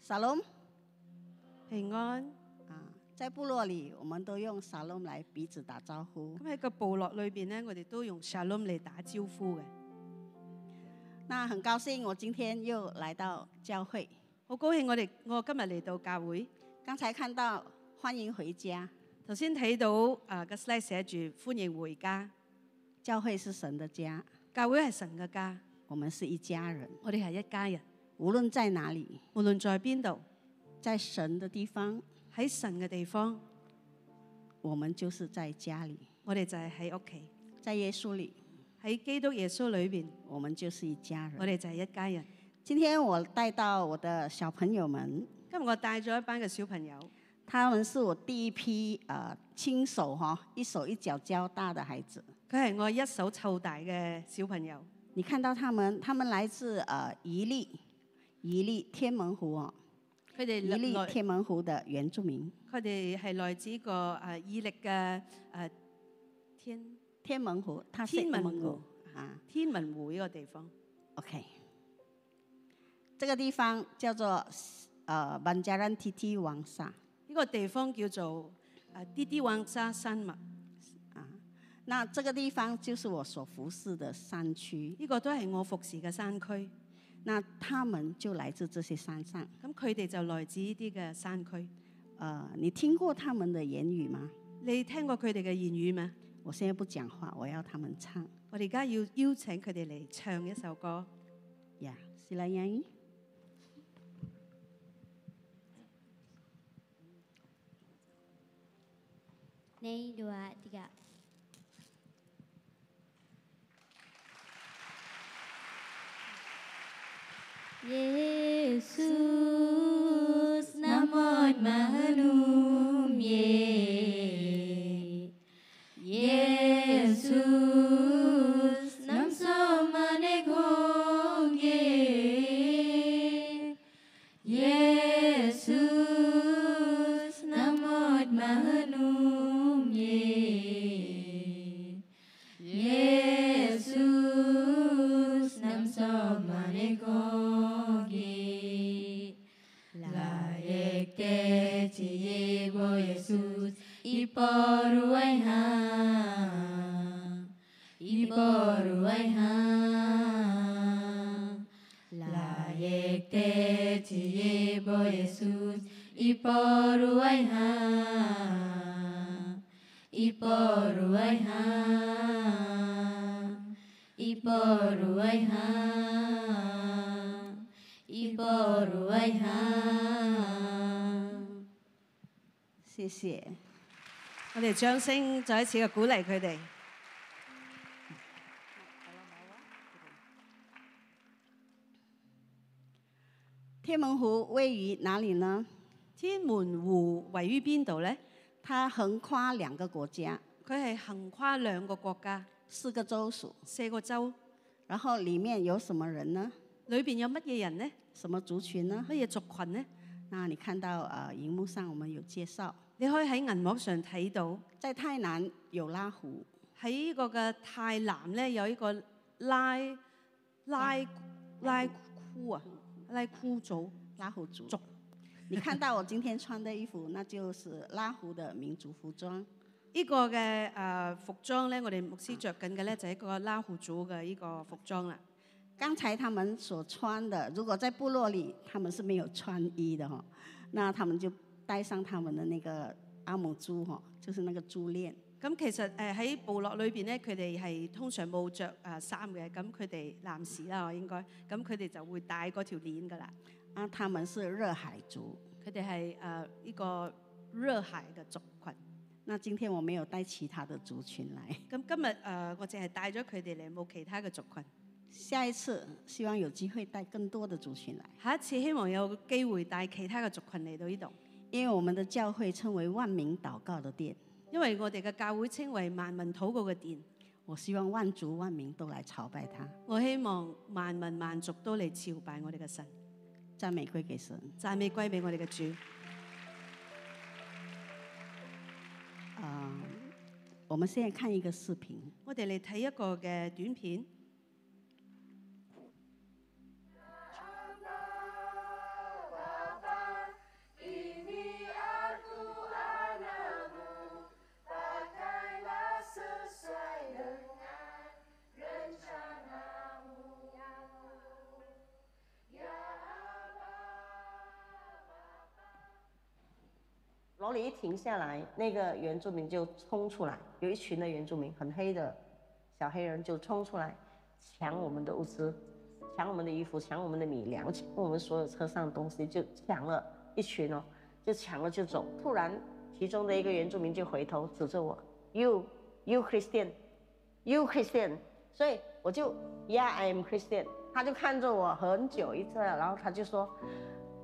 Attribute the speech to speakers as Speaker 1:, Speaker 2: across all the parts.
Speaker 1: 沙龙
Speaker 2: 平安。
Speaker 1: 啊，在部落里我们都用沙龙来彼此打招呼
Speaker 2: 咁。喺個部落裏邊咧，我哋都用 shalom 嚟打招呼嘅。
Speaker 1: 那很高兴我今天又来到教会，
Speaker 2: 好高興我哋我今日嚟到教會，
Speaker 1: 刚才看到欢迎回家，
Speaker 2: 頭先睇到啊個 slide 寫住歡迎回家，
Speaker 1: 教会是神的家，
Speaker 2: 教會係神嘅家，
Speaker 1: 我们是一家人，
Speaker 2: 我哋係一家人，
Speaker 1: 无论在哪里，
Speaker 2: 無論在邊度，
Speaker 1: 在神的地方，
Speaker 2: 喺神嘅地方，
Speaker 1: 我们就是在家里，
Speaker 2: 我哋就係喺屋企，
Speaker 1: 在耶稣里，
Speaker 2: 喺基督耶穌裏邊，
Speaker 1: 我们就是一家人
Speaker 2: 我。哋就係一家人。
Speaker 1: 今天我带到我的小朋友们，
Speaker 2: 今日我帶咗一班嘅小朋友，
Speaker 1: 他们是我第一批呃亲手哈、一手一脚教大的孩子。
Speaker 2: 佢係我一手湊大嘅小朋友。
Speaker 1: 你看到他们，他们来自呃宜利，宜利天门湖哦，
Speaker 2: 佢哋
Speaker 1: 宜利
Speaker 2: 來
Speaker 1: 天门湖的原住民，
Speaker 2: 佢哋係來自一個誒以力嘅誒天
Speaker 1: 天门湖，他是
Speaker 2: 天文
Speaker 1: 门
Speaker 2: 湖
Speaker 1: 啊
Speaker 2: 天文湖呢個地方。
Speaker 1: ，OK，这个地方叫做呃班加兰 T T 王沙
Speaker 2: 呢個地方叫做啊誒啲啲灣沙山脈，呢、
Speaker 1: 啊，那这个地方就是我所服侍的山区，
Speaker 2: 個都係我服侍嘅山區。
Speaker 1: 那他们就来自这些山上。
Speaker 2: 咁佢哋就來自呢啲嘅山區。
Speaker 1: 呃，你听过他们的言語吗？
Speaker 2: 你聽過佢哋嘅言語嘛？
Speaker 1: 我現在不講話，我要他們唱
Speaker 2: 我哋而家要邀請佢哋嚟唱一首歌。
Speaker 1: 呀，西拉雅語。
Speaker 3: Ni dua tiga. Yesus namon manum ye. Yesus nam somanekong ye. Yesus namot mahanum ye Yesus nam somane goge Layak te ciye bo Yesus iporuai ha Iporuai ha Layak te ciye bo Yesus iporuai ha Iporuai ha Iporuai ha Iporuai ha
Speaker 1: 謝謝。
Speaker 2: 我哋掌聲再一次嘅鼓勵佢哋。
Speaker 1: 天门湖位於哪裡呢？
Speaker 2: 天門湖位於邊度呢？
Speaker 1: 它橫跨兩個國家，
Speaker 2: 佢係橫跨兩個國家、
Speaker 1: 四個州屬。
Speaker 2: 四個州，
Speaker 1: 然後裡面有什麼人呢？
Speaker 2: 裏邊有乜嘢人呢？
Speaker 1: 什麼族群呢？
Speaker 2: 乜嘢族群呢？
Speaker 1: 那你看到呃，熒幕上我們有介紹，
Speaker 2: 你可以喺銀幕上睇到，
Speaker 1: 在泰南有拉湖，
Speaker 2: 喺呢個嘅泰南咧有一個拉拉拉庫啊，拉庫組
Speaker 1: 拉湖族
Speaker 2: 族。
Speaker 1: 你看到我今天穿的衣服，那就是拉湖的民族服裝。
Speaker 2: 呢個嘅誒、呃服裝咧，我哋牧師着緊嘅咧就係一個拉庫組嘅呢個服裝啦。
Speaker 1: 刚才他们所穿的，如果在部落里他们是没有穿衣的哈、哦，那他们就带上他们的那个阿姆珠哈、哦，就是那个珠链。
Speaker 2: 咁其實誒喺部落裏邊咧，佢哋係通常冇着誒衫嘅，咁佢哋男士啦，我應該，咁佢哋就會帶嗰條鏈噶啦。
Speaker 1: 啊，他们是热海族。
Speaker 2: 佢哋係誒呢個熱鞋嘅族群。
Speaker 1: 那今天我没有带其他的族群来，
Speaker 2: 咁今日誒、呃我淨係帶咗佢哋嚟，冇其他嘅族群。
Speaker 1: 下一次希望有机会带更多的族群来，
Speaker 2: 下一次希望有機會帶其他嘅族群嚟到呢度，
Speaker 1: 因为我们的教会称为万民祷告的殿，
Speaker 2: 因為我哋嘅教會稱為萬民禱告嘅殿，
Speaker 1: 我希望万族万民都来朝拜他，
Speaker 2: 我希望萬民萬族都嚟朝拜我哋嘅神，
Speaker 1: 赞美归给神。
Speaker 2: 讚美歸俾我哋嘅主。
Speaker 1: 啊、我们现在看一个视频。
Speaker 2: 我哋嚟睇一個嘅短片，
Speaker 4: Hãy subscribe cho kênh Ghiền Mì Gõ Để không bỏ lỡ 老李一停下来，那个原住民就冲出来，有一群的原住民，很黑的小黑人就冲出来，抢我们的物资，抢我们的衣服，抢我们的米粮，抢我们所有车上的东西，就抢了一群哦，就抢了就走。突然，其中的一个原住民就回头指着我，You, you Christian, you Christian，所以我就 Yeah, I'm Christian。他就看着我很久一次，然后他就说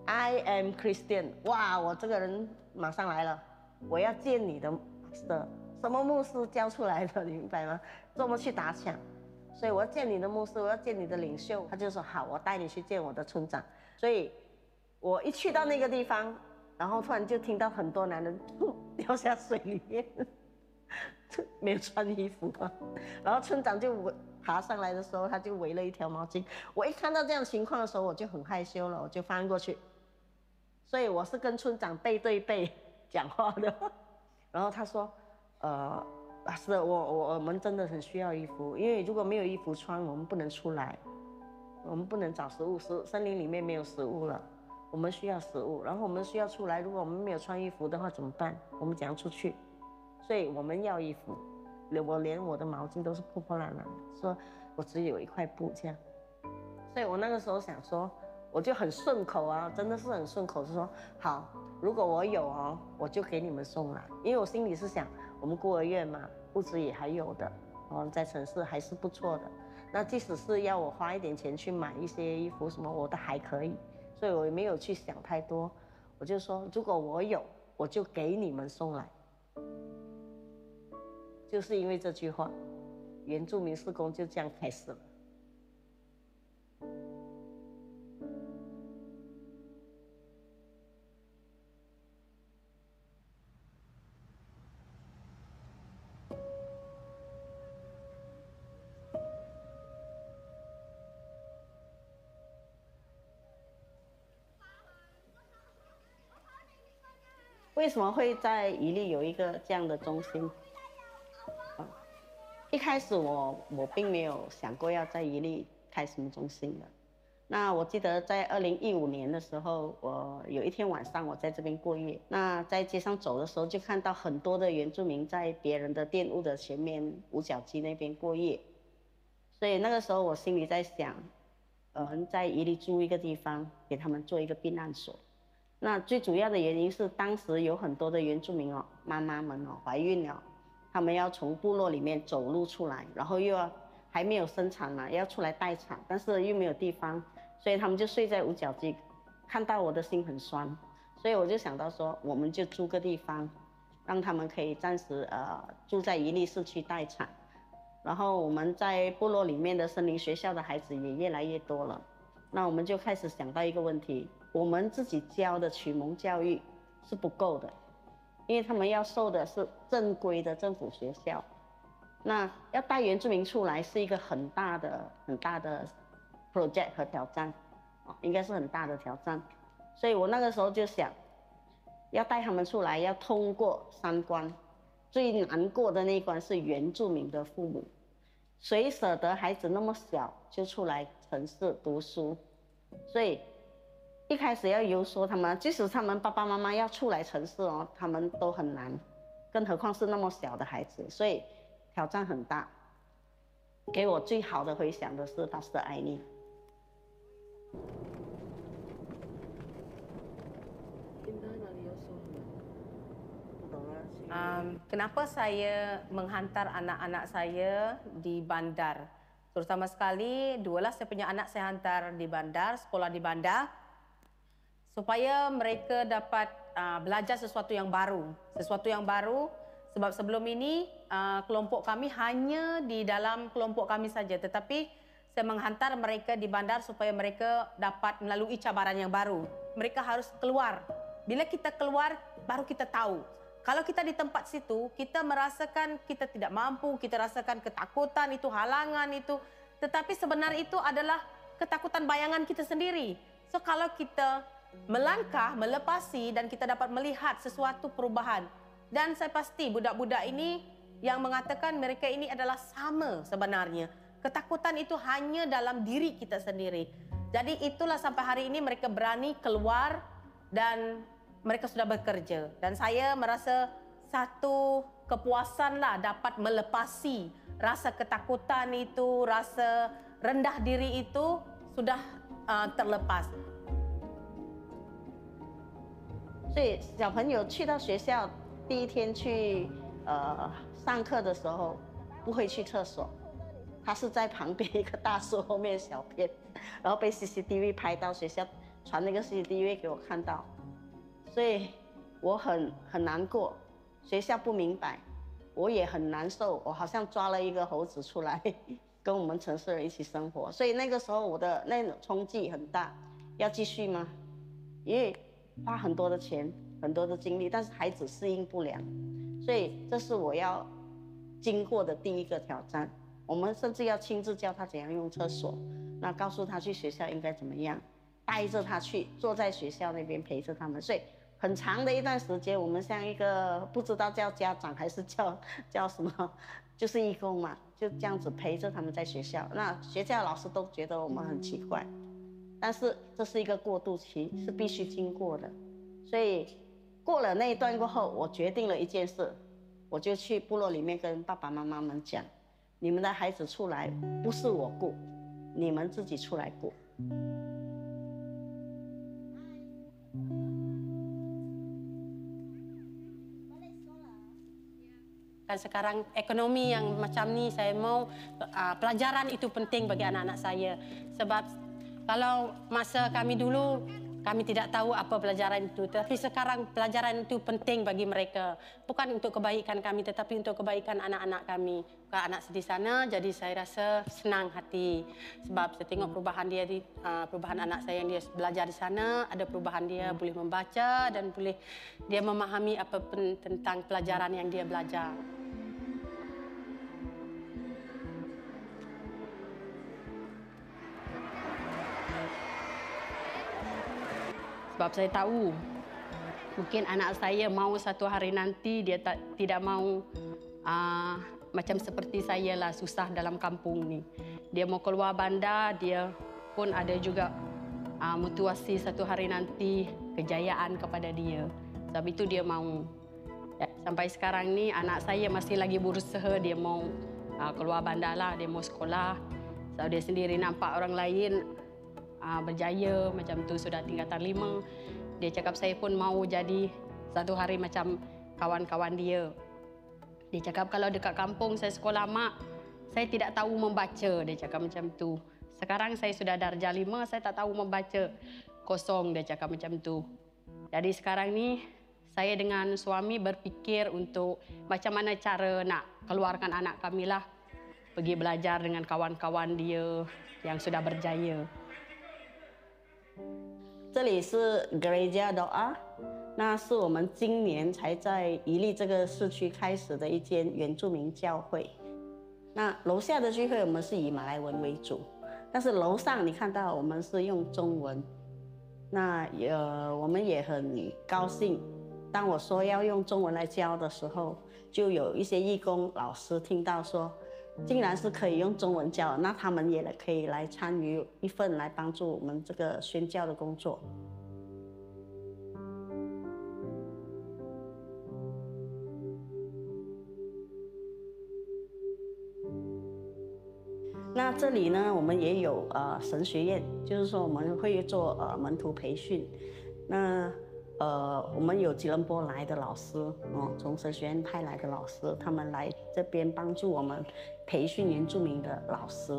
Speaker 4: I am Christian。哇，我这个人马上来了，我要见你的 master。什么牧师教出来的，你明白吗？这么去打抢，所以我要见你的牧师，我要见你的领袖。他就说好，我带你去见我的村长。所以，我一去到那个地方，然后突然就听到很多男人 掉下水里面。 没有穿衣服啊，然后村长就围爬上来的时候，他就围了一条毛巾。我一看到这样情况的时候，我就很害羞了，我就翻过去，所以我是跟村长背对背讲话的。然后他说：“呃，啊是的，我我我们真的很需要衣服，因为如果没有衣服穿，我们不能出来，我们不能找食物，食森林里面没有食物了，我们需要食物。然后我们需要出来，如果我们没有穿衣服的话怎么办？我们怎样出去？”所以我们要衣服，连我连我的毛巾都是破破烂烂的，说我只有一块布这样。所以我那个时候想说，我就很顺口啊，真的是很顺口，就说好，如果我有哦，我就给你们送来，因为我心里是想，我们孤儿院嘛，物资也还有的，哦，在城市还是不错的。那即使是要我花一点钱去买一些衣服什么，我都还可以，所以我也没有去想太多，我就说如果我有，我就给你们送来。就是因为这句话，原住民施工就这样开始了。为什么会在宜利有一个这样的中心？啊一开始我我并没有想过要在伊利开什么中心的。那我记得在二零一五年的时候，我有一天晚上我在这边过夜，那在街上走的时候就看到很多的原住民在别人的店屋的前面五角鸡那边过夜，所以那个时候我心里在想，呃，在伊利租一个地方给他们做一个避难所。那最主要的原因是当时有很多的原住民哦，妈妈们哦怀孕了，他们要从部落里面走路出来，然后又要还没有生产嘛，要出来待产，但是又没有地方，所以他们就睡在五角鸡。看到我的心很酸，所以我就想到说，我们就租个地方，让他们可以暂时呃住在一粒市区待产。然后我们在部落里面的森林学校的孩子也越来越多了，那我们就开始想到一个问题：我们自己教的启蒙教育是不够的，因为他们要受的是正规的政府学校，那要带原住民出来是一个很大的、很大的 project 和挑战，哦，应该是很大的挑战。所以我那个时候就想，要带他们出来，要通过三关，最难过的那一关是原住民的父母，谁舍得孩子那么小就出来城市读书？所以一开始要游说他们，即使他们爸爸妈妈要出来城市哦，他们都很难，更何况是那么小的孩子，所以挑战很大。给我最好的回响的是他是艾丽。
Speaker 5: Um, kenapa saya menghantar anak-anak saya di bandar? Terutama sekali, dualah saya punya anak saya hantar di bandar, sekolah di bandar. Supaya mereka dapat uh, belajar sesuatu yang baru. Sesuatu yang baru sebab sebelum ini uh, kelompok kami hanya di dalam kelompok kami saja. Tetapi saya menghantar mereka di bandar supaya mereka dapat melalui cabaran yang baru. Mereka harus keluar bila kita keluar, baru kita tahu. Kalau kita di tempat situ, kita merasakan kita tidak mampu, kita rasakan ketakutan itu, halangan itu. Tetapi sebenar itu adalah ketakutan bayangan kita sendiri. So kalau kita melangkah, melepasi dan kita dapat melihat sesuatu perubahan. Dan saya pasti budak-budak ini yang mengatakan mereka ini adalah sama sebenarnya. Ketakutan itu hanya dalam diri kita sendiri. Jadi itulah sampai hari ini mereka berani keluar dan
Speaker 4: mereka sudah bekerja dan saya merasa satu kepuasan lah dapat melepasi rasa ketakutan itu, rasa rendah diri itu sudah uh, terlepas.
Speaker 1: 所以小朋友去到学校第一天去呃上课的时候，不会去厕所，他是在旁边一棵大树后面小便，然后被 CCTV 拍到，学校传那个 CCTV 给我看到，所以我很很难过，学校不明白，我也很难受，我好像抓了一个猴子出来， 跟我们城市人一起生活，所以那个时候我的那种冲击很大，要继续吗？因为花很多的钱，很多的精力，但是孩子适应不良，所以这是我要经过的第一个挑战。我们甚至要亲自教他怎样用厕所，那告诉他去学校应该怎么样，带着他去，坐在学校那边陪着他们。所以很长的一段时间，我们像一个不知道叫家长还是叫叫什么，就是义工嘛，就这样子陪着他们在学校。那学校老师都觉得我们很奇怪。但是这是一个过渡期，是必须经过的。所以过了那一段过后，我决定了一件事，我就去部落里面跟爸爸妈妈们讲：你们的孩子出来不是我雇，你们自己出来雇。
Speaker 4: Dan sekarang ekonomi yang macam ni saya mau uh, pelajaran itu penting bagi anak-anak saya sebab kalau masa kami dulu kami tidak tahu apa pelajaran itu tapi sekarang pelajaran itu penting bagi mereka bukan untuk kebaikan kami tetapi untuk kebaikan anak-anak kami Bukan anak di sana jadi saya rasa senang hati sebab saya tengok perubahan dia di uh, perubahan anak saya yang dia belajar di sana ada perubahan dia boleh membaca dan boleh dia memahami apa pen, tentang pelajaran yang dia belajar
Speaker 5: sebab saya tahu mungkin anak saya mau satu hari nanti dia tak tidak mau uh, macam seperti saya lah susah dalam kampung ni. Dia mau keluar bandar, dia pun ada juga uh, mutuasi satu hari nanti kejayaan kepada dia. Sebab itu dia mau. Ya, Sampai sekarang ni anak saya masih lagi berusaha dia mau uh, keluar bandar lah, dia mau sekolah. Sebab dia sendiri nampak orang lain uh, berjaya macam tu sudah tingkatan lima. Dia cakap saya pun mau jadi satu hari macam kawan-kawan dia. Dia cakap kalau dekat kampung saya sekolah mak, saya tidak tahu membaca. Dia cakap macam tu. Sekarang saya sudah darjah lima, saya tak tahu membaca. Kosong dia cakap macam tu. Jadi sekarang ni saya dengan suami berfikir untuk macam mana cara nak keluarkan anak kami lah pergi belajar dengan kawan-kawan dia yang sudah berjaya.
Speaker 1: 这里是 Greja d o a 那是我们今年才在宜利这个市区开始的一间原住民教会。那楼下的聚会我们是以马来文为主，但是楼上你看到我们是用中文。那呃，我们也很高兴，当我说要用中文来教的时候，就有一些义工老师听到说，竟然是可以用中文教，那他们也来可以来参与一份来帮助我们这个宣教的工作。那这里呢，我们也有呃神学院，就是说我们会做呃门徒培训。那呃，我们有吉隆坡来的老师哦，从神学院派来的老师，他们来这边帮助我们培训原住民的老师。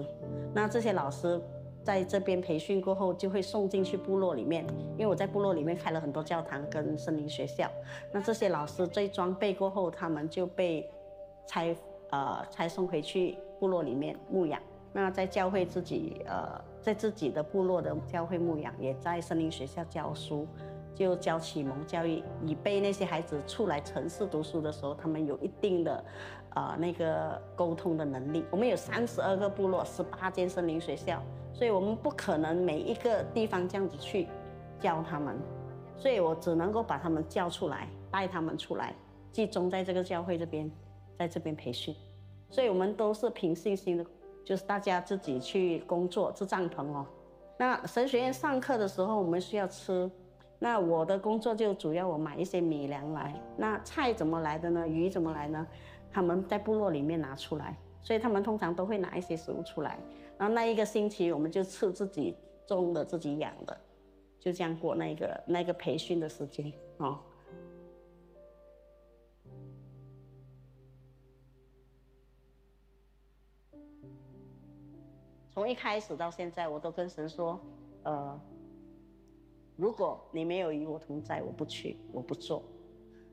Speaker 1: 那这些老师在这边培训过后，就会送进去部落里面，因为我在部落里面开了很多教堂跟森林学校。那这些老师被装备过后，他们就被拆呃拆送回去部落里面牧养。那在教会自己呃在自己的部落的教会牧养，也在森林学校教书，就教启蒙教育，以备那些孩子出来城市读书的时候，他们有一定的呃那个沟通的能力。我们有三十二个部落，十八间森林学校，所以我们不可能每一个地方这样子去教他们，所以我只能够把他们叫出来，带他们出来，集中在这个教会这边，在这边培训。所以我们都是凭信心的，就是大家自己去工作支帐篷哦。那神学院上课的时候，我们需要吃
Speaker 4: 那我的工作就主要我买一些米粮来，那菜怎么来的呢？鱼怎么来呢？他们在部落里面拿出来，所以他们通常都会拿一些食物出来。然后那一个星期我们就吃自己种的、自己养的，就这样过那个那个培训的时间哦。从一开始到现在，我都跟神说，呃，如果你没有与我同在，我不去，我不做。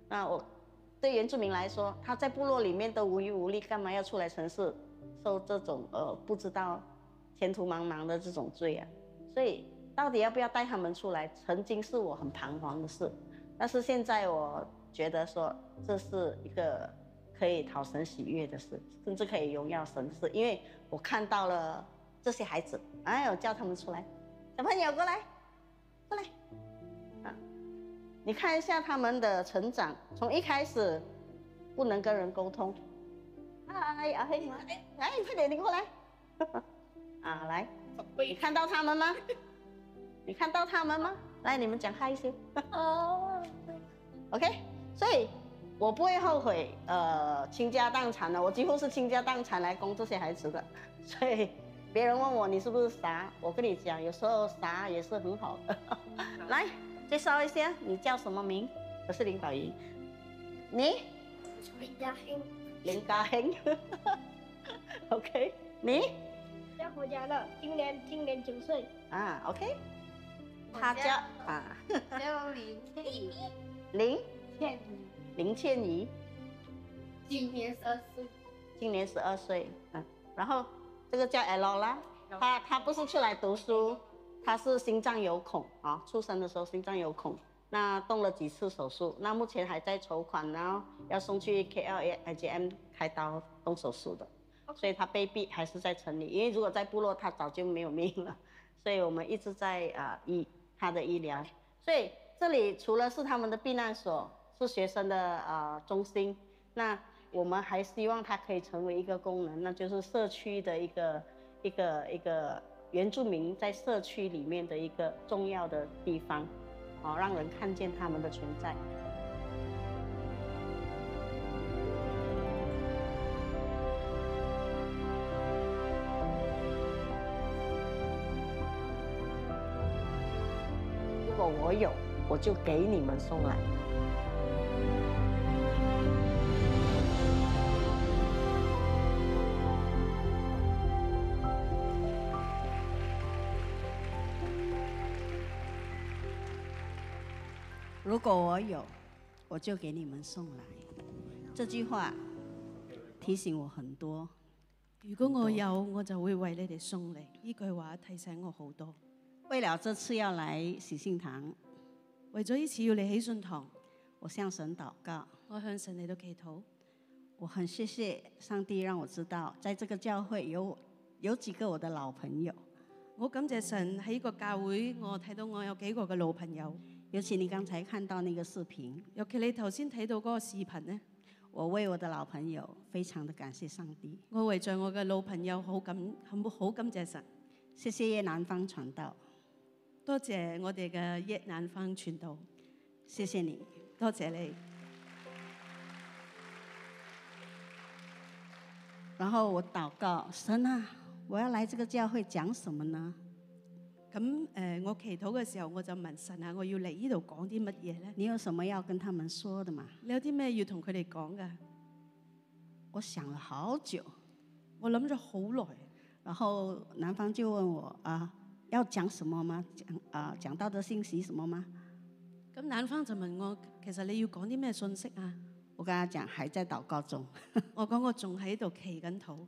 Speaker 4: 那我对原住民来说，他在部落里面都无依无力，干嘛要出来城市受这种呃不知道前途茫茫的这种罪啊？所以到底要不要带他们出来，曾经是我很彷徨的事。但是现在我觉得说，这是一个可以讨神喜悦的事，甚至可以荣耀神的事，因为我看到了这些孩子，哎呦，叫他们出来，小朋友过来，过来，啊，你看一下他们的成长，从一开始不能跟人沟通，嗨，啊嘿，哎，哎，快点，你过来， 啊，来，你看到他们吗？你看到他们吗？来，你们讲嗨一些。OK，所以我不会后悔，呃，倾家荡产的，我几乎是倾家荡产来供这些孩子的，所以别人问我你是不是傻，我跟你讲，有时候傻也是很好的。 来，介绍一下，你叫什么名？我是林宝仪，你林嘉欣，OK，你
Speaker 6: 叫胡家乐，今年今年九岁，
Speaker 4: 啊，OK，他叫啊
Speaker 6: 叫林倩怡，
Speaker 4: 林
Speaker 6: 倩怡
Speaker 4: 林倩怡，
Speaker 6: 今年十二岁，
Speaker 4: 今年十二岁，嗯，然后这个叫 Elola，她她不是出来读书，她是心脏有孔啊，出生的时候心脏有孔，那动了几次手术，那目前还在筹款，然后要送去 KL IGM 开刀动手术的，所以她被逼还是在城里，因为如果在部落她早就没有命了， 所以我们一直在啊、医她的医疗，所以这里除了是他们的避难所，是学生的啊、中心，那我们还希望它可以成为一个功能，那就是社区的一个一个一个原住民在社区里面的一个重要的地方，哦，让人看见他们的存在。如果我有，我就给你们送来。
Speaker 1: 如果我有，我就给你们送来。这句话提醒我很多。
Speaker 2: 如果我有，我就會為你哋送嚟。呢句話提醒我好多。
Speaker 1: 为了这次要来喜信堂，
Speaker 2: 為咗呢次要你起信堂，
Speaker 1: 我向神祷告，
Speaker 2: 我向神嚟到祈禱。
Speaker 1: 我很谢谢上帝让我知道，在这个教会有有几个我的老朋友，
Speaker 2: 我感謝神喺個教會，我睇到我有幾個嘅老朋友，
Speaker 1: 尤其你剛才看到那个视频，
Speaker 2: 尤其你頭先睇到嗰個視頻呢，
Speaker 1: 我为我的老朋友非常的感谢上帝，
Speaker 2: 我為在我嘅老朋友好感好好感謝神，
Speaker 1: 谢谢叶南方传道，
Speaker 2: 多謝我哋嘅一眼翻傳道，
Speaker 1: 谢谢你。
Speaker 2: 多謝你。
Speaker 1: 然后我祷告，神啊，我要来这个教会讲什么呢？
Speaker 2: 咁誒、呃我祈禱嘅時候我就問神啊，我要嚟呢度講啲乜嘢呢？
Speaker 1: 你有什么要跟他们说的吗？
Speaker 2: 你有啲咩要同佢哋講㗎？
Speaker 1: 我想了好久，
Speaker 2: 我諗咗好耐。
Speaker 1: 然后男方就问我啊，要讲什么吗？讲啊，讲到的信息什么吗？
Speaker 2: 咁眼方就問我，其實你要講啲咩信息啊？
Speaker 1: 我跟他讲还在祷告中，
Speaker 2: 我講我仲喺度祈緊禱。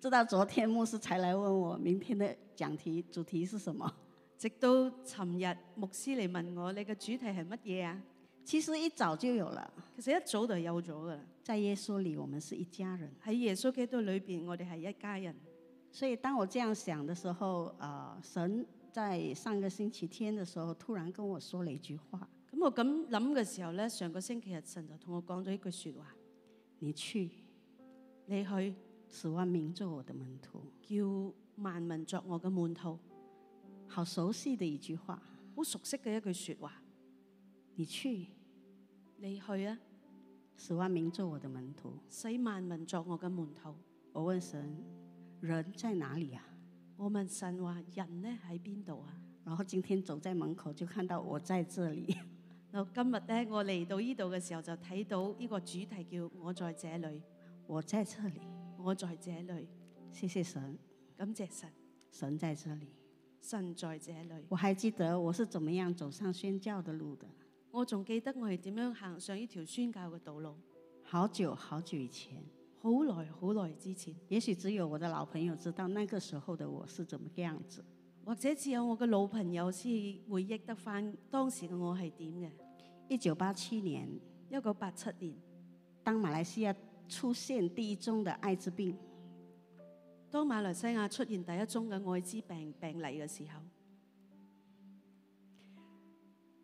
Speaker 1: 直到昨天牧师才来问我明天的讲题主题是什么。
Speaker 2: 直到尋日牧師嚟問我，你嘅主題係乜嘢啊？
Speaker 1: 其实一早就有了，
Speaker 2: 其實一早就有咗噶啦。
Speaker 1: 在耶稣里我们是一家人，
Speaker 2: 喺耶穌基督裏邊，我哋係一家人。
Speaker 1: 所以当我这样想的时候，啊，神在上个星期天的时候突然跟我说了一句话
Speaker 2: 咁我咁諗嘅時候呢，上個星期日神就同我講咗一句説話：：“
Speaker 1: 你去，
Speaker 2: 你去
Speaker 1: 使万民做我的门徒。
Speaker 2: 叫萬民作我嘅門徒。”
Speaker 1: 好熟悉的一句话，
Speaker 2: 好熟悉嘅一句説話：
Speaker 1: 你去，
Speaker 2: 你去啊，
Speaker 1: 使万民做我的门徒。
Speaker 2: 使萬民作我嘅門徒。
Speaker 1: 我问神，人在哪里啊？
Speaker 2: 我問神話：人呢喺邊度啊？
Speaker 1: 然后今天走在门口就看到我在这里，
Speaker 2: 嗱，今日咧，我嚟到呢度嘅時候就睇到呢個主題叫我在這裏，
Speaker 1: 我在这里，
Speaker 2: 我在這裏，
Speaker 1: 谢谢神，
Speaker 2: 感謝神，
Speaker 1: 神在这里。
Speaker 2: 神在這裏。
Speaker 1: 我还记得我是怎么样走上宣教的路的，
Speaker 2: 我仲記得我係點樣行上呢條宣教嘅道路，
Speaker 1: 好久好久以前，
Speaker 2: 好耐好耐之前，
Speaker 1: 也许只有我的老朋友知道那个时候的我是怎么个样子。
Speaker 2: 或者只有我嘅老朋友先回憶得翻當時嘅我係點嘅。
Speaker 1: 一九八七年，
Speaker 2: 一九八七年，
Speaker 1: 当马来西亚出现第一宗的艾滋病，
Speaker 2: 當馬來西亞出現第一宗嘅艾滋病病例嘅時候，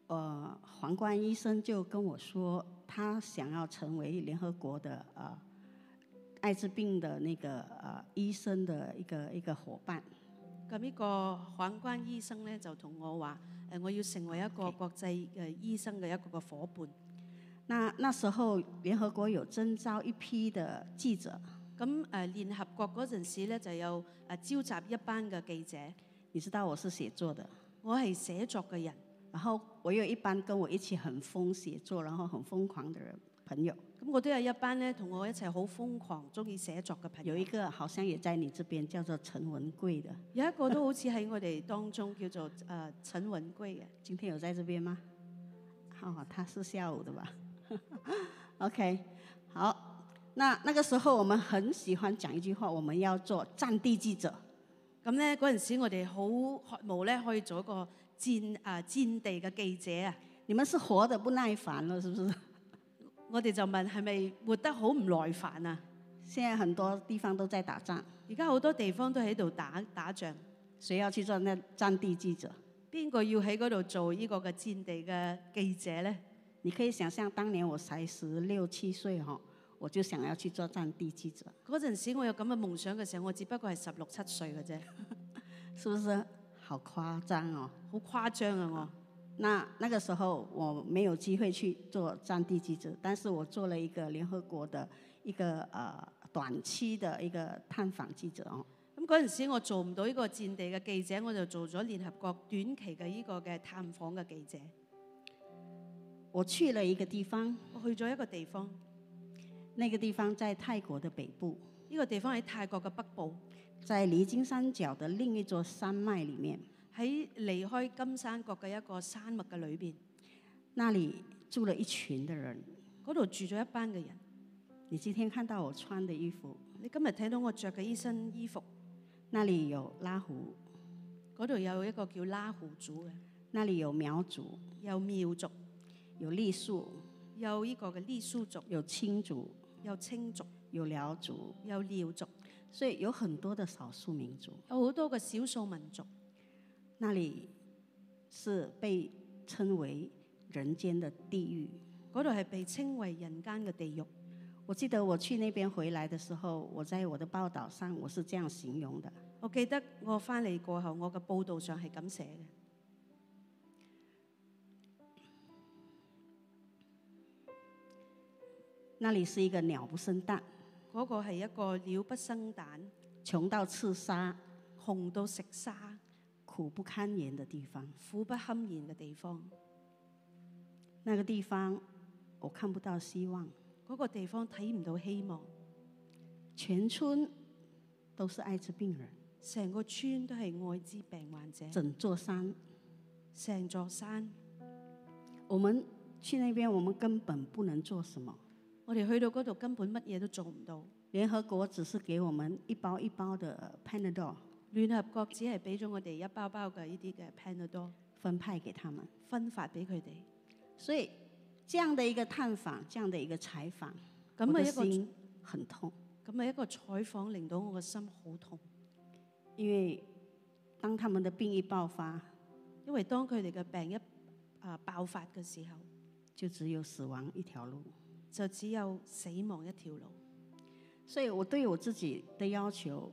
Speaker 1: 呃，皇冠医生就跟我说，他想要成为联合国的呃艾滋病的那个呃医生的一个呃一个伙伴。
Speaker 2: 咁呢個反關醫生咧就同我話：誒、我要成為一個
Speaker 1: Okay
Speaker 2: 國際嘅醫生嘅一個嘅伙伴。
Speaker 1: 那那时候联合国有征召一批的记者，
Speaker 2: 咁誒、呃、聯合國嗰陣時咧，就有誒、呃召集一班嘅記者，
Speaker 1: 你知道我是写作的，
Speaker 2: 我係寫作嘅人，
Speaker 1: 然后我有一班跟我一起很疯写作，然后很疯狂的人朋友，
Speaker 2: 咁我都有一班咧同我一齊好瘋狂、中意寫作嘅朋友。
Speaker 1: 有一個好像也在你這邊，叫做陈文贵的，
Speaker 2: 有一個都好似喺我哋當中叫做誒、呃陳雲圭嘅，
Speaker 1: 今天有在這邊嗎？哦，他是下午的吧 ？OK，好，那那个时候我们很喜歡講一句話，我們要做战地记者，
Speaker 2: 咁咧嗰陣時我哋好渴慕咧可以做一個戰啊、戰地嘅記者啊，
Speaker 1: 你們是活得不耐煩了，是不是？
Speaker 2: 我哋就問係咪活得好唔耐煩啊？
Speaker 1: 现在很多地方都在打仗，
Speaker 2: 而家好多地方都喺度打打仗，
Speaker 1: 谁要去做那战地记者？
Speaker 2: 邊個要喺嗰度做呢個嘅戰地嘅記者咧？
Speaker 1: 你可以想象，當年我才十六七岁哈，我就想要去做战地记者，
Speaker 2: 嗰陣時我有咁嘅夢想嘅時候，我只不過係十六七歲嘅啫，
Speaker 1: 是不是？好誇張哦！
Speaker 2: 好誇張啊
Speaker 1: 那那个时候我没有机会去做战地记者，但是我做了一个联合国的一个呃短期的一个探访记者哦。
Speaker 2: 我！咁嗰陣時我做唔到呢個戰地嘅記者，我就做咗聯合國短期嘅呢個嘅探訪嘅記者。
Speaker 1: 我去了一个地方，
Speaker 2: 我去咗一個地方，
Speaker 1: 那个地方在泰国的北部，
Speaker 2: 呢、個地方喺泰國嘅北部，
Speaker 1: 在离金三角的另一座山脉里面，
Speaker 2: 喺離開金山國嘅一個山脈嘅裏邊，
Speaker 1: 那里住了一群的人。
Speaker 2: 嗰度住咗一班嘅人。
Speaker 1: 你今天看到我穿的衣服，
Speaker 2: 你今日睇到我着嘅呢身衣服，
Speaker 1: 那里有拉胡，
Speaker 2: 嗰度有一個叫拉胡族嘅，
Speaker 1: 那里有苗族，
Speaker 2: 有苗族。
Speaker 1: 有傈僳，
Speaker 2: 有呢個嘅呢蘇族，
Speaker 1: 有青族，
Speaker 2: 有青族，
Speaker 1: 有辽族，
Speaker 2: 有遼族，
Speaker 1: 所以有很多的少数民族。
Speaker 2: 有好多嘅少數民族。
Speaker 1: 那里是被称为人间的地狱。
Speaker 2: 嗰度係被稱為人間嘅地獄。
Speaker 1: 我记得我去那边回来的时候，我在我的报道上我是这样形容的：
Speaker 2: 我記得我翻嚟過後，我嘅報道上係咁寫嘅。
Speaker 1: 那里是一个鸟不生蛋，
Speaker 2: 嗰、個係一個鳥不生蛋，
Speaker 1: 穷到刺杀，
Speaker 2: 窮到食沙，
Speaker 1: 苦不堪言的地方。
Speaker 2: 苦不堪言嘅地方。
Speaker 1: 那个地方我看不到希望，
Speaker 2: 嗰、個地方睇唔到希望，
Speaker 1: 全村都是艾滋病人，
Speaker 2: 成個村都係艾滋病患者，
Speaker 1: 整座山。
Speaker 2: 成座山。
Speaker 1: 我们去那边，我们根本不能做什么。
Speaker 2: 我哋去到嗰度根本乜嘢都做唔到。
Speaker 1: 联合国只是给我们一包一包的 Panadol
Speaker 2: 聯合國只係俾咗我哋一包包嘅呢啲嘅 Panadol
Speaker 1: 分派给他们。
Speaker 2: 分發俾佢哋。
Speaker 1: 所以这样的一个探访，这样的一个采访，我
Speaker 2: 咁啊
Speaker 1: 的
Speaker 2: 一個
Speaker 1: 心很痛，
Speaker 2: 咁啊一個採訪令到我個心好痛，
Speaker 1: 因为当他们的病一爆发，
Speaker 2: 因為當佢哋嘅病一啊、爆發嘅時候，
Speaker 1: 就只有死亡一条路。
Speaker 2: 就只有死亡一條路。
Speaker 1: 所以我对我自己的要求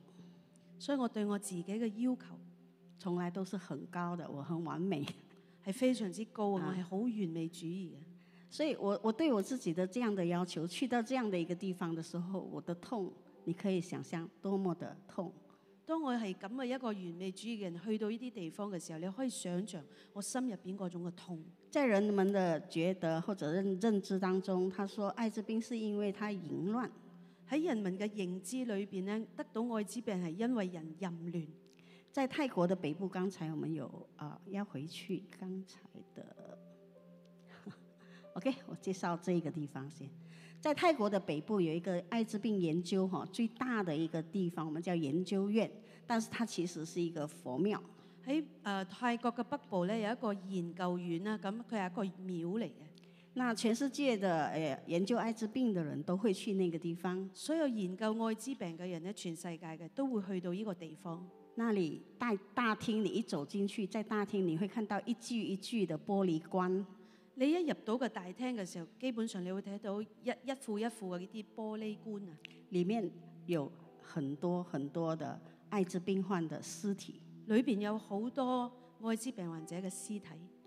Speaker 2: 所以我對我自己嘅要求
Speaker 1: 从来都是很高的，我很完美。
Speaker 2: 係非常之高啊！我
Speaker 1: 啊
Speaker 2: 係好完美主義嘅。
Speaker 1: 所以我我对我自己的这样的要求，去到这样的一个地方的时候，我的痛，你可以想象多么的痛。
Speaker 2: 當我係咁嘅一個完美主義嘅人，去到呢啲地方嘅時候，你可以想像我心入邊嗰種嘅痛。
Speaker 1: 在人们的觉得或者认认知当中，他说艾滋病是因为他淫乱，
Speaker 2: 喺人民嘅認知裏邊咧，得到艾滋病係因為人淫亂。
Speaker 1: 在泰国的北部，刚才我们有啊、要回去刚才的 ，OK，我介绍这个地方先。在泰国的北部有一个艾滋病研究哈、最大的一个地方，我们叫研究院，但是它其实是一个佛庙。
Speaker 2: 喺誒、呃泰國嘅北部咧，有一個研究院啦，咁佢係一個廟嚟嘅，
Speaker 1: 那全世界的呃研究艾滋病的人都会去那个地方，
Speaker 2: 所有研究艾滋病嘅人咧，全世界嘅都會去到呢個地方。
Speaker 1: 那里大大厅，你一走进去，在大厅你会看到一具一具的玻璃棺，
Speaker 2: 你一入到個大廳嘅時候，基本上你會睇到一一副一副嘅呢啲玻璃棺啊，
Speaker 1: 里面有很多很多的艾滋病患的尸体，
Speaker 2: 裏邊有好多艾滋病患者嘅屍體。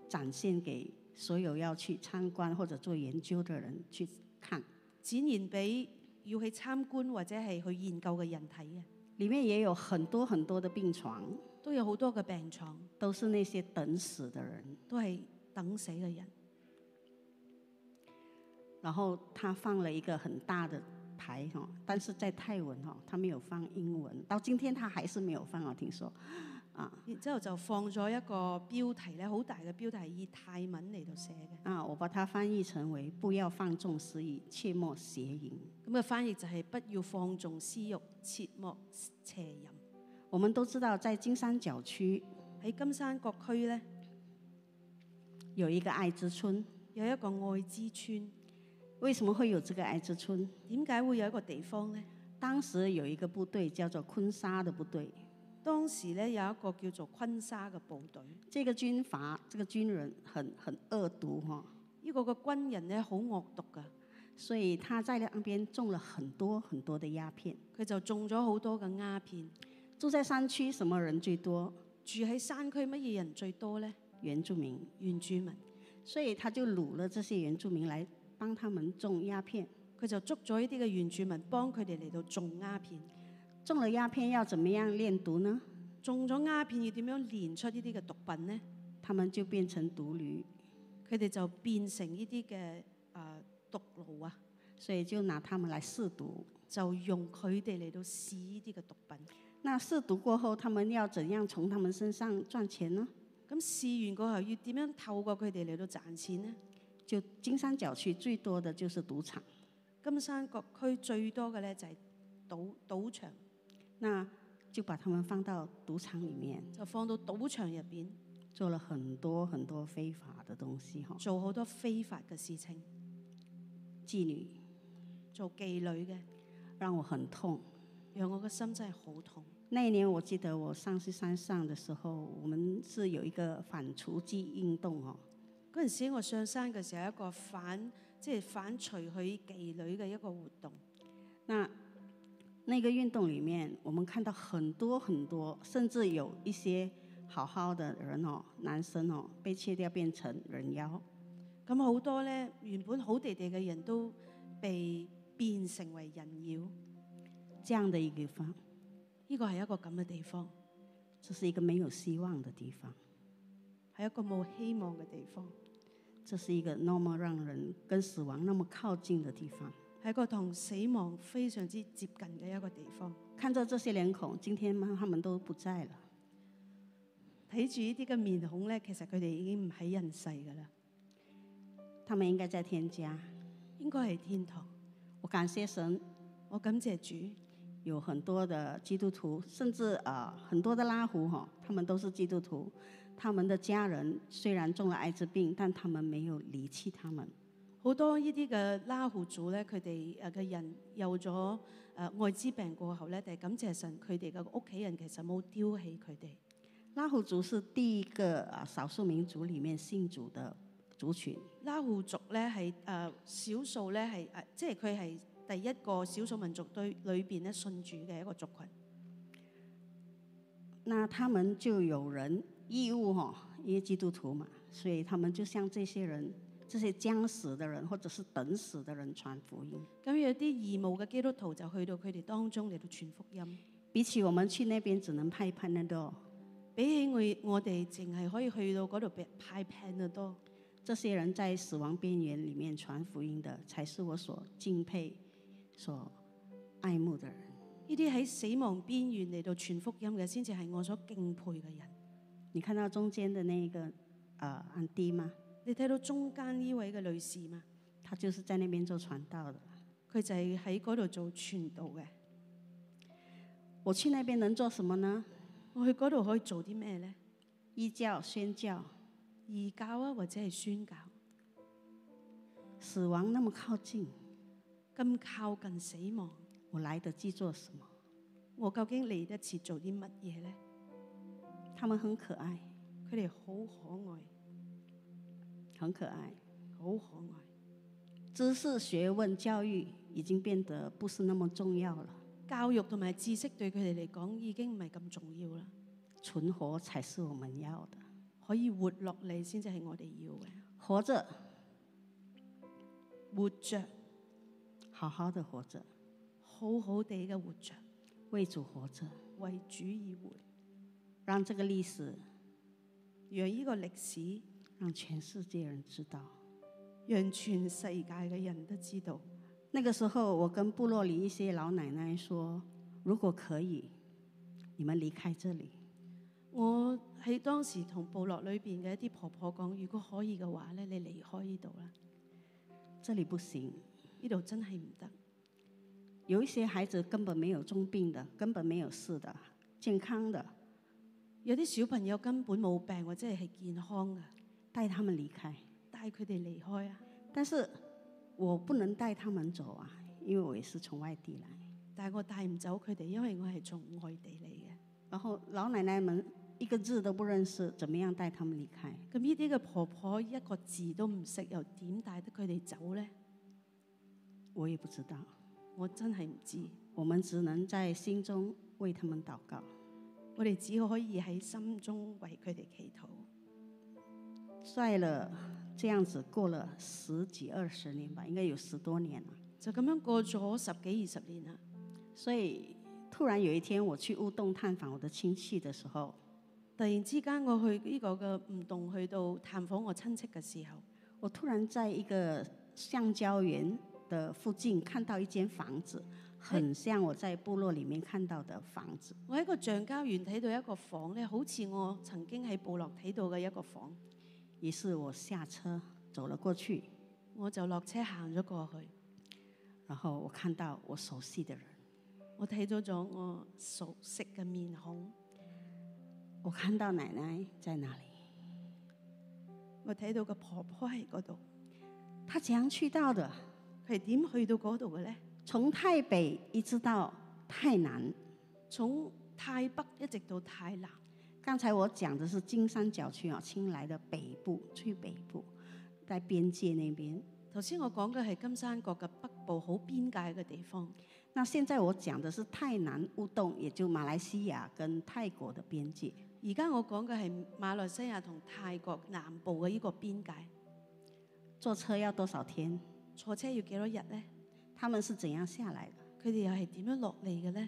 Speaker 1: 展现给所有要去参观或者做研究的人去看。
Speaker 2: 展現俾要去參觀或者係去研究嘅人睇嘅，
Speaker 1: 里面也有很多很多的病床，
Speaker 2: 都有好多嘅病床，
Speaker 1: 都是那些等死的人。
Speaker 2: 都係等死嘅人。
Speaker 1: 然后他放了一个很大的牌哈，但是在泰文哈，他没有放英文，到今天他还是没有放啊，听说啊
Speaker 2: 然之後就放咗一個標題咧，好大嘅標題，以泰文嚟到寫嘅。
Speaker 1: 啊，我把它翻译成为“不要放纵私欲，切莫邪淫
Speaker 2: 咁嘅翻譯就係不要放縱私欲，切莫邪淫。”。
Speaker 1: 我们都知道，在金山角区
Speaker 2: 喺金山各區呢，
Speaker 1: 有一个艾滋村，
Speaker 2: 有一個愛之村。
Speaker 1: 为什么会有这个艾滋村？
Speaker 2: 點解會有一個地方呢？
Speaker 1: 当时有一个部队叫做昆沙的部队，
Speaker 2: 當時呢，有一個叫做昆沙嘅部隊，呢、
Speaker 1: 这个军阀、这个军人很很恶毒哈、
Speaker 2: 個嘅軍人呢，好惡毒㗎，
Speaker 1: 所以他在那边种了很多很多的鸦片。
Speaker 2: 佢就種咗好多嘅鴉片。
Speaker 1: 住在山区，什么人最多？
Speaker 2: 住喺山區乜嘢人最多呢？
Speaker 1: 原住民，
Speaker 2: 原住民，
Speaker 1: 所以他就掳了这些原住民来帮他们种鸦片。
Speaker 2: 佢就捉咗呢啲嘅原住民，幫佢哋嚟到種鴉片。
Speaker 1: 种了鸦片要怎么样炼毒呢？
Speaker 2: 種咗鴉片要點樣煉出呢啲嘅毒品呢？
Speaker 1: 他们就变成毒驴，
Speaker 2: 佢哋就變成呢啲嘅誒毒奴啊，
Speaker 1: 所以就拿他们来试毒。
Speaker 2: 就用佢哋嚟到試呢啲嘅毒品。
Speaker 1: 那试毒过后，他们要怎样从他们身上赚钱呢？
Speaker 2: 咁試完過後要點樣透過佢哋嚟到賺錢呢？
Speaker 1: 就金山角区最多的就是赌场。
Speaker 2: 金山各區最多嘅呢就係賭賭場，
Speaker 1: 那就把他们放到赌场里面，
Speaker 2: 就放到賭場入邊
Speaker 1: 做了很多很多非法的东西哈，
Speaker 2: 做好多非法嘅事情，
Speaker 1: 妓女
Speaker 2: 做妓女嘅，
Speaker 1: 让我很痛。
Speaker 2: 讓我個心真係好痛。
Speaker 1: 那一年我记得我上去山上的时候，我们是有一个反雏妓运动哦，
Speaker 2: 嗰陣時我上山嘅時候，有一個反即係反除去妓女嘅一個活動。
Speaker 1: 那那个运动里面，我们看到很多很多，甚至有一些好好的人哦，男生哦，被切掉变成人妖。
Speaker 2: 咁好多呢，原本好地地嘅人都被變成為人妖。
Speaker 1: 这样的一个地方，
Speaker 2: 呢個係一個咁嘅地方，
Speaker 1: 这是一个没有希望的地方，
Speaker 2: 係一個冇希望嘅地方，
Speaker 1: 这是一个那么让人跟死亡那么靠近的地方。
Speaker 2: 係一個同死亡非常之接近嘅一個地方。
Speaker 1: 看着这些脸孔，今天他们都不在了，
Speaker 2: 睇住呢啲嘅面孔呢，其實佢哋已經唔喺人世噶啦，
Speaker 1: 他们应该在天家。
Speaker 2: 應該係天堂。
Speaker 1: 我感谢神，
Speaker 2: 我感謝主，
Speaker 1: 有很多的基督徒，甚至呃很多的拉胡哈、他们都是基督徒。他们的家人虽然中了艾滋病，但他们没有离弃他们。
Speaker 2: 好多呢啲嘅拉祜族咧，佢哋誒嘅人有咗誒艾滋病過後咧，但係感謝神，佢哋嘅屋企人其實冇丟棄佢哋。
Speaker 1: 拉祜族是第一个啊少数民族里面信主的族群，
Speaker 2: 拉祜族咧係呃誒少數咧係誒，即係佢係第一個少數民族對裏邊咧信主嘅一個族群。
Speaker 1: 那他们就有人义务哈、因为基督徒嘛，所以他们就向这些人、这些将死的人或者是等死的人传福音。
Speaker 2: 咁有啲義務嘅基督徒就去到佢哋當中嚟到傳福音。
Speaker 1: 比起我们去那边只能派 p a n
Speaker 2: 比起我我哋淨係可以去到嗰度俾派 pen 得多。
Speaker 1: 这些人在死亡边缘里面传福音的，才是我所敬佩、所爱慕的人。
Speaker 2: 呢啲喺死亡邊緣嚟到傳福音嘅，先至係我所敬佩嘅人。
Speaker 1: 你看到中间的那一个呃安迪吗？
Speaker 2: 你睇到中間呢位嘅女士嘛？
Speaker 1: 她就是在那边做传道的。
Speaker 2: 佢就係喺嗰度做傳道嘅。
Speaker 1: 我去那边能做什么呢？
Speaker 2: 我去嗰度可以做啲咩呢？
Speaker 1: 依教、宣教，
Speaker 2: 義教啊，或者係宣教。
Speaker 1: 死亡那么靠近，
Speaker 2: 咁靠近死亡，
Speaker 1: 我来得及做什么？
Speaker 2: 我究竟嚟得切做啲乜嘢呢？
Speaker 1: 他们很可爱，
Speaker 2: 佢哋好可愛，
Speaker 1: 很可爱。
Speaker 2: 好可愛。
Speaker 1: 知识、学问、教育已经变得不是那么重要了，
Speaker 2: 教育同埋知識對佢哋嚟講已經唔係咁重要啦，
Speaker 1: 存活才是我们要的。
Speaker 2: 可以活落嚟先至係我哋要嘅。
Speaker 1: 活着，
Speaker 2: 活着，
Speaker 1: 好好的活着，
Speaker 2: 好好地嘅活着，
Speaker 1: 为主活着，
Speaker 2: 為主而活，
Speaker 1: 让这个历史，
Speaker 2: 讓呢個歷史，
Speaker 1: 让全世界人知道。
Speaker 2: 讓全世界嘅人都知道。
Speaker 1: 那个时候，我跟部落里一些老奶奶说，如果可以，你们离开这里，
Speaker 2: 我喺當時同部落裏邊嘅一啲婆婆講，如果可以嘅話咧，你離開呢度啦，
Speaker 1: 这里不行。
Speaker 2: 呢度真係唔得。
Speaker 1: 有一些孩子根本没有重病的，根本没有事的，健康的，
Speaker 2: 有啲小朋友根本冇病或者係健康嘅，
Speaker 1: 带他们离开。
Speaker 2: 帶佢哋離開啊！
Speaker 1: 但是我不能带他们走啊，因为我也是从外地来。
Speaker 2: 但係我帶唔走佢哋，因為我係從外地嚟嘅。
Speaker 1: 然后老奶奶们一个字都不认识，怎么样带他们离开？
Speaker 2: 咁呢啲嘅婆婆一個字都唔識，又點帶得佢哋走呢？
Speaker 1: 我也不知道。
Speaker 2: 我真係唔知。
Speaker 1: 我们只能在心中为他们祷告。
Speaker 2: 我哋只可以喺心中為佢哋祈禱。
Speaker 1: 在了这样子过了十几二十年吧，应该有十多年了。
Speaker 2: 就咁樣過咗十幾二十年啦。
Speaker 1: 所以突然有一天，我去乌洞探访我的亲戚的时候，
Speaker 2: 突然之間，我去呢個嘅唔洞去到探訪我親戚嘅時候，
Speaker 1: 我突然在一个橡胶园的附近看到一间房子，很像我在部落里面看到的房子。
Speaker 2: 我喺個橡膠園睇到一個房咧，好似我曾經喺部落睇到嘅一個房，
Speaker 1: 于是我下车走了过去，
Speaker 2: 我就落車行咗過去。
Speaker 1: 然后我看到我熟悉的人，
Speaker 2: 我睇到咗我熟悉嘅面孔，
Speaker 1: 我看到奶奶在那里。
Speaker 2: 我睇到個婆婆喺嗰度。
Speaker 1: 她怎样去到的？
Speaker 2: 佢係點去到嗰度嘅咧？
Speaker 1: 从太北一直到太南。
Speaker 2: 從太北一直到太南。
Speaker 1: 刚才我讲的是金三角区啊，青莱的北部，最北部，在边界那边。
Speaker 2: 頭先我講嘅係金山角嘅北部好邊界嘅地方。
Speaker 1: 那现在我讲的是泰南乌洞，也就马来西亚跟泰国的边界。
Speaker 2: 而家我講嘅係馬來西亞同泰國南部嘅呢個邊界，
Speaker 1: 坐车要多少天？
Speaker 2: 坐車要幾多日呢？
Speaker 1: 他们是怎样下来的？
Speaker 2: 佢哋又係點樣落嚟嘅呢？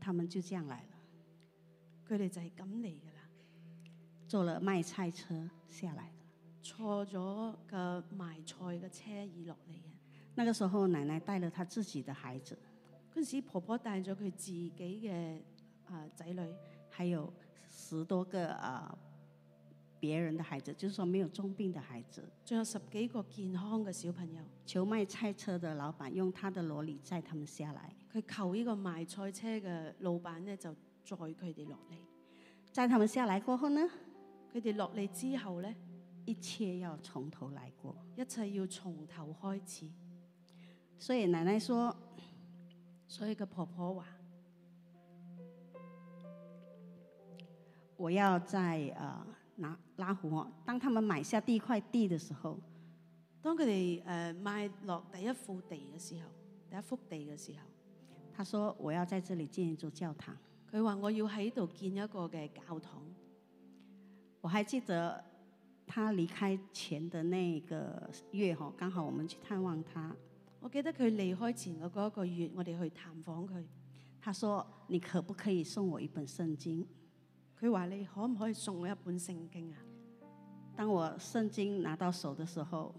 Speaker 1: 他们就这样来了，
Speaker 2: 佢哋就係咁嚟噶啦，
Speaker 1: 坐了卖菜车下来的。
Speaker 2: 坐咗嘅賣菜嘅車而落嚟嘅。
Speaker 1: 那个时候，奶奶带了她自己的孩子，
Speaker 2: 嗰陣時婆婆帶咗佢自己嘅啊仔女，
Speaker 1: 还有十多个啊、呃别人的孩子，就是说没有重病的孩子。
Speaker 2: 仲有十幾個健康嘅小朋友。
Speaker 1: 求卖菜车的老板用他的萝莉载他们下来。
Speaker 2: 佢求呢個賣菜車嘅老闆呢，就載佢哋落嚟。
Speaker 1: 在他们下来过后呢，
Speaker 2: 佢哋落嚟之後呢，
Speaker 1: 一切要从头来过。
Speaker 2: 一切要從頭開始。
Speaker 1: 所以奶奶说，
Speaker 2: 所以個婆婆話。
Speaker 1: 我要在呃拿拉胡哦，当他们买下第一块地的时候，
Speaker 2: 呃當佢哋誒賣落第一副地嘅時候，第一幅地嘅時候，
Speaker 1: 他说我要在这里建一座教堂。
Speaker 2: 佢話我要喺度建一個嘅教堂。
Speaker 1: 我还记得他离开前的那个月哈，刚好我们去探望他，
Speaker 2: 我記得佢離開前嘅嗰一個月，我哋去探訪佢，
Speaker 1: 他说：“你可不可以送我一本聖經
Speaker 2: 佢話你可唔可以送我一本聖經啊？？”
Speaker 1: 当我聖經拿到手的时候，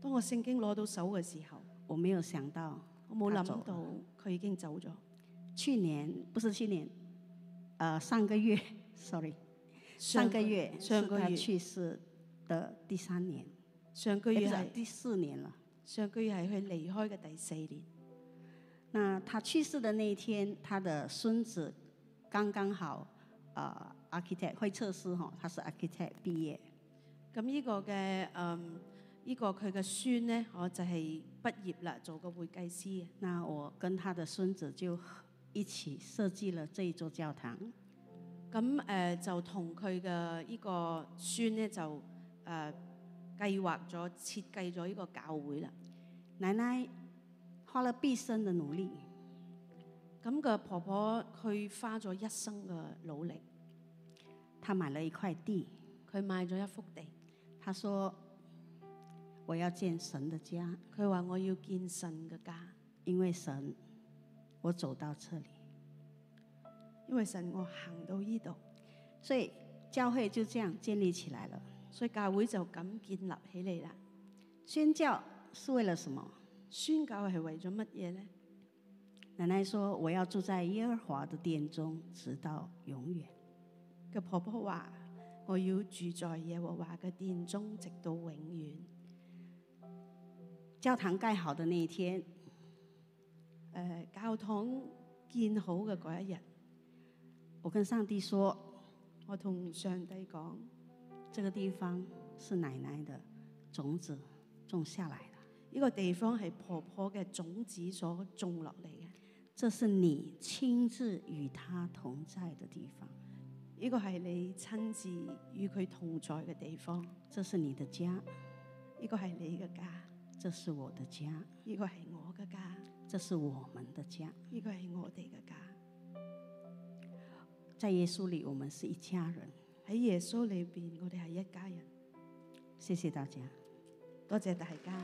Speaker 2: 當我聖經攞到手嘅時候，
Speaker 1: 我没有想到，
Speaker 2: 我冇
Speaker 1: 他
Speaker 2: 諗
Speaker 1: 走了
Speaker 2: 到佢已經走咗。
Speaker 1: 去年不是去年，呃，上个月 ，sorry，上
Speaker 2: 個
Speaker 1: 个月
Speaker 2: 上個
Speaker 1: 是他
Speaker 2: 月，
Speaker 1: 去世的第三年，
Speaker 2: 上個
Speaker 1: 哎不
Speaker 2: 月
Speaker 1: 是
Speaker 2: 係
Speaker 1: 第四年了。
Speaker 2: 上個月係佢離開嘅第四年。
Speaker 1: 那他去世的那一天，他的孙子刚刚好，呃，architect 会测师哈，他是 architect 毕业，
Speaker 2: 咁呢個嘅誒呢個佢嘅孫呢，我就係畢業啦，做個會計師嘅。
Speaker 1: 那我跟他的孙子就一起设计了这一座教堂。
Speaker 2: 咁誒、呃就同佢嘅呢個孫呢，就誒、呃、計劃咗設計咗呢個教會啦。
Speaker 1: 奶奶花了毕生的努力，
Speaker 2: 咁個婆婆佢花咗一生嘅努力，
Speaker 1: 她买了一块地，
Speaker 2: 佢買咗一幅地，
Speaker 1: 她说：“我要建神的家，
Speaker 2: 佢話我要建神嘅家，
Speaker 1: 因为神，我走到这里。
Speaker 2: 因為神我行到呢度，”
Speaker 1: 所以教会就这样建立起来了。
Speaker 2: 所以教會就咁建立起嚟啦。
Speaker 1: 宣教是为了什么？
Speaker 2: 宣教係為咗乜嘢呢？
Speaker 1: 奶奶说：“我要住在耶和华的殿中，直到永远。
Speaker 2: 嘅婆婆話：我要住在耶和華嘅殿中，直到永遠。”
Speaker 1: 教堂盖好的那一天，呃
Speaker 2: 誒、教堂建好嘅嗰一日，
Speaker 1: 我跟上帝说
Speaker 2: 我同上帝講：：“
Speaker 1: 这个地方是奶奶的种子种下来的，
Speaker 2: 呢、個地方係婆婆嘅種子所種落嚟嘅，
Speaker 1: 这是你亲自与她同在的地方。”
Speaker 2: 呢、個係你親自與佢同在嘅地方，呢、
Speaker 1: 这是你的家，
Speaker 2: 個係你嘅家，
Speaker 1: 这是我的家，
Speaker 2: 呢、個係我嘅家，
Speaker 1: 这是我们的家。
Speaker 2: 呢、個係我哋嘅家。
Speaker 1: 在耶稣里，我们是一家人。
Speaker 2: 喺耶穌裏邊，我哋係一家人。
Speaker 1: 谢谢大家。
Speaker 2: 多謝大家。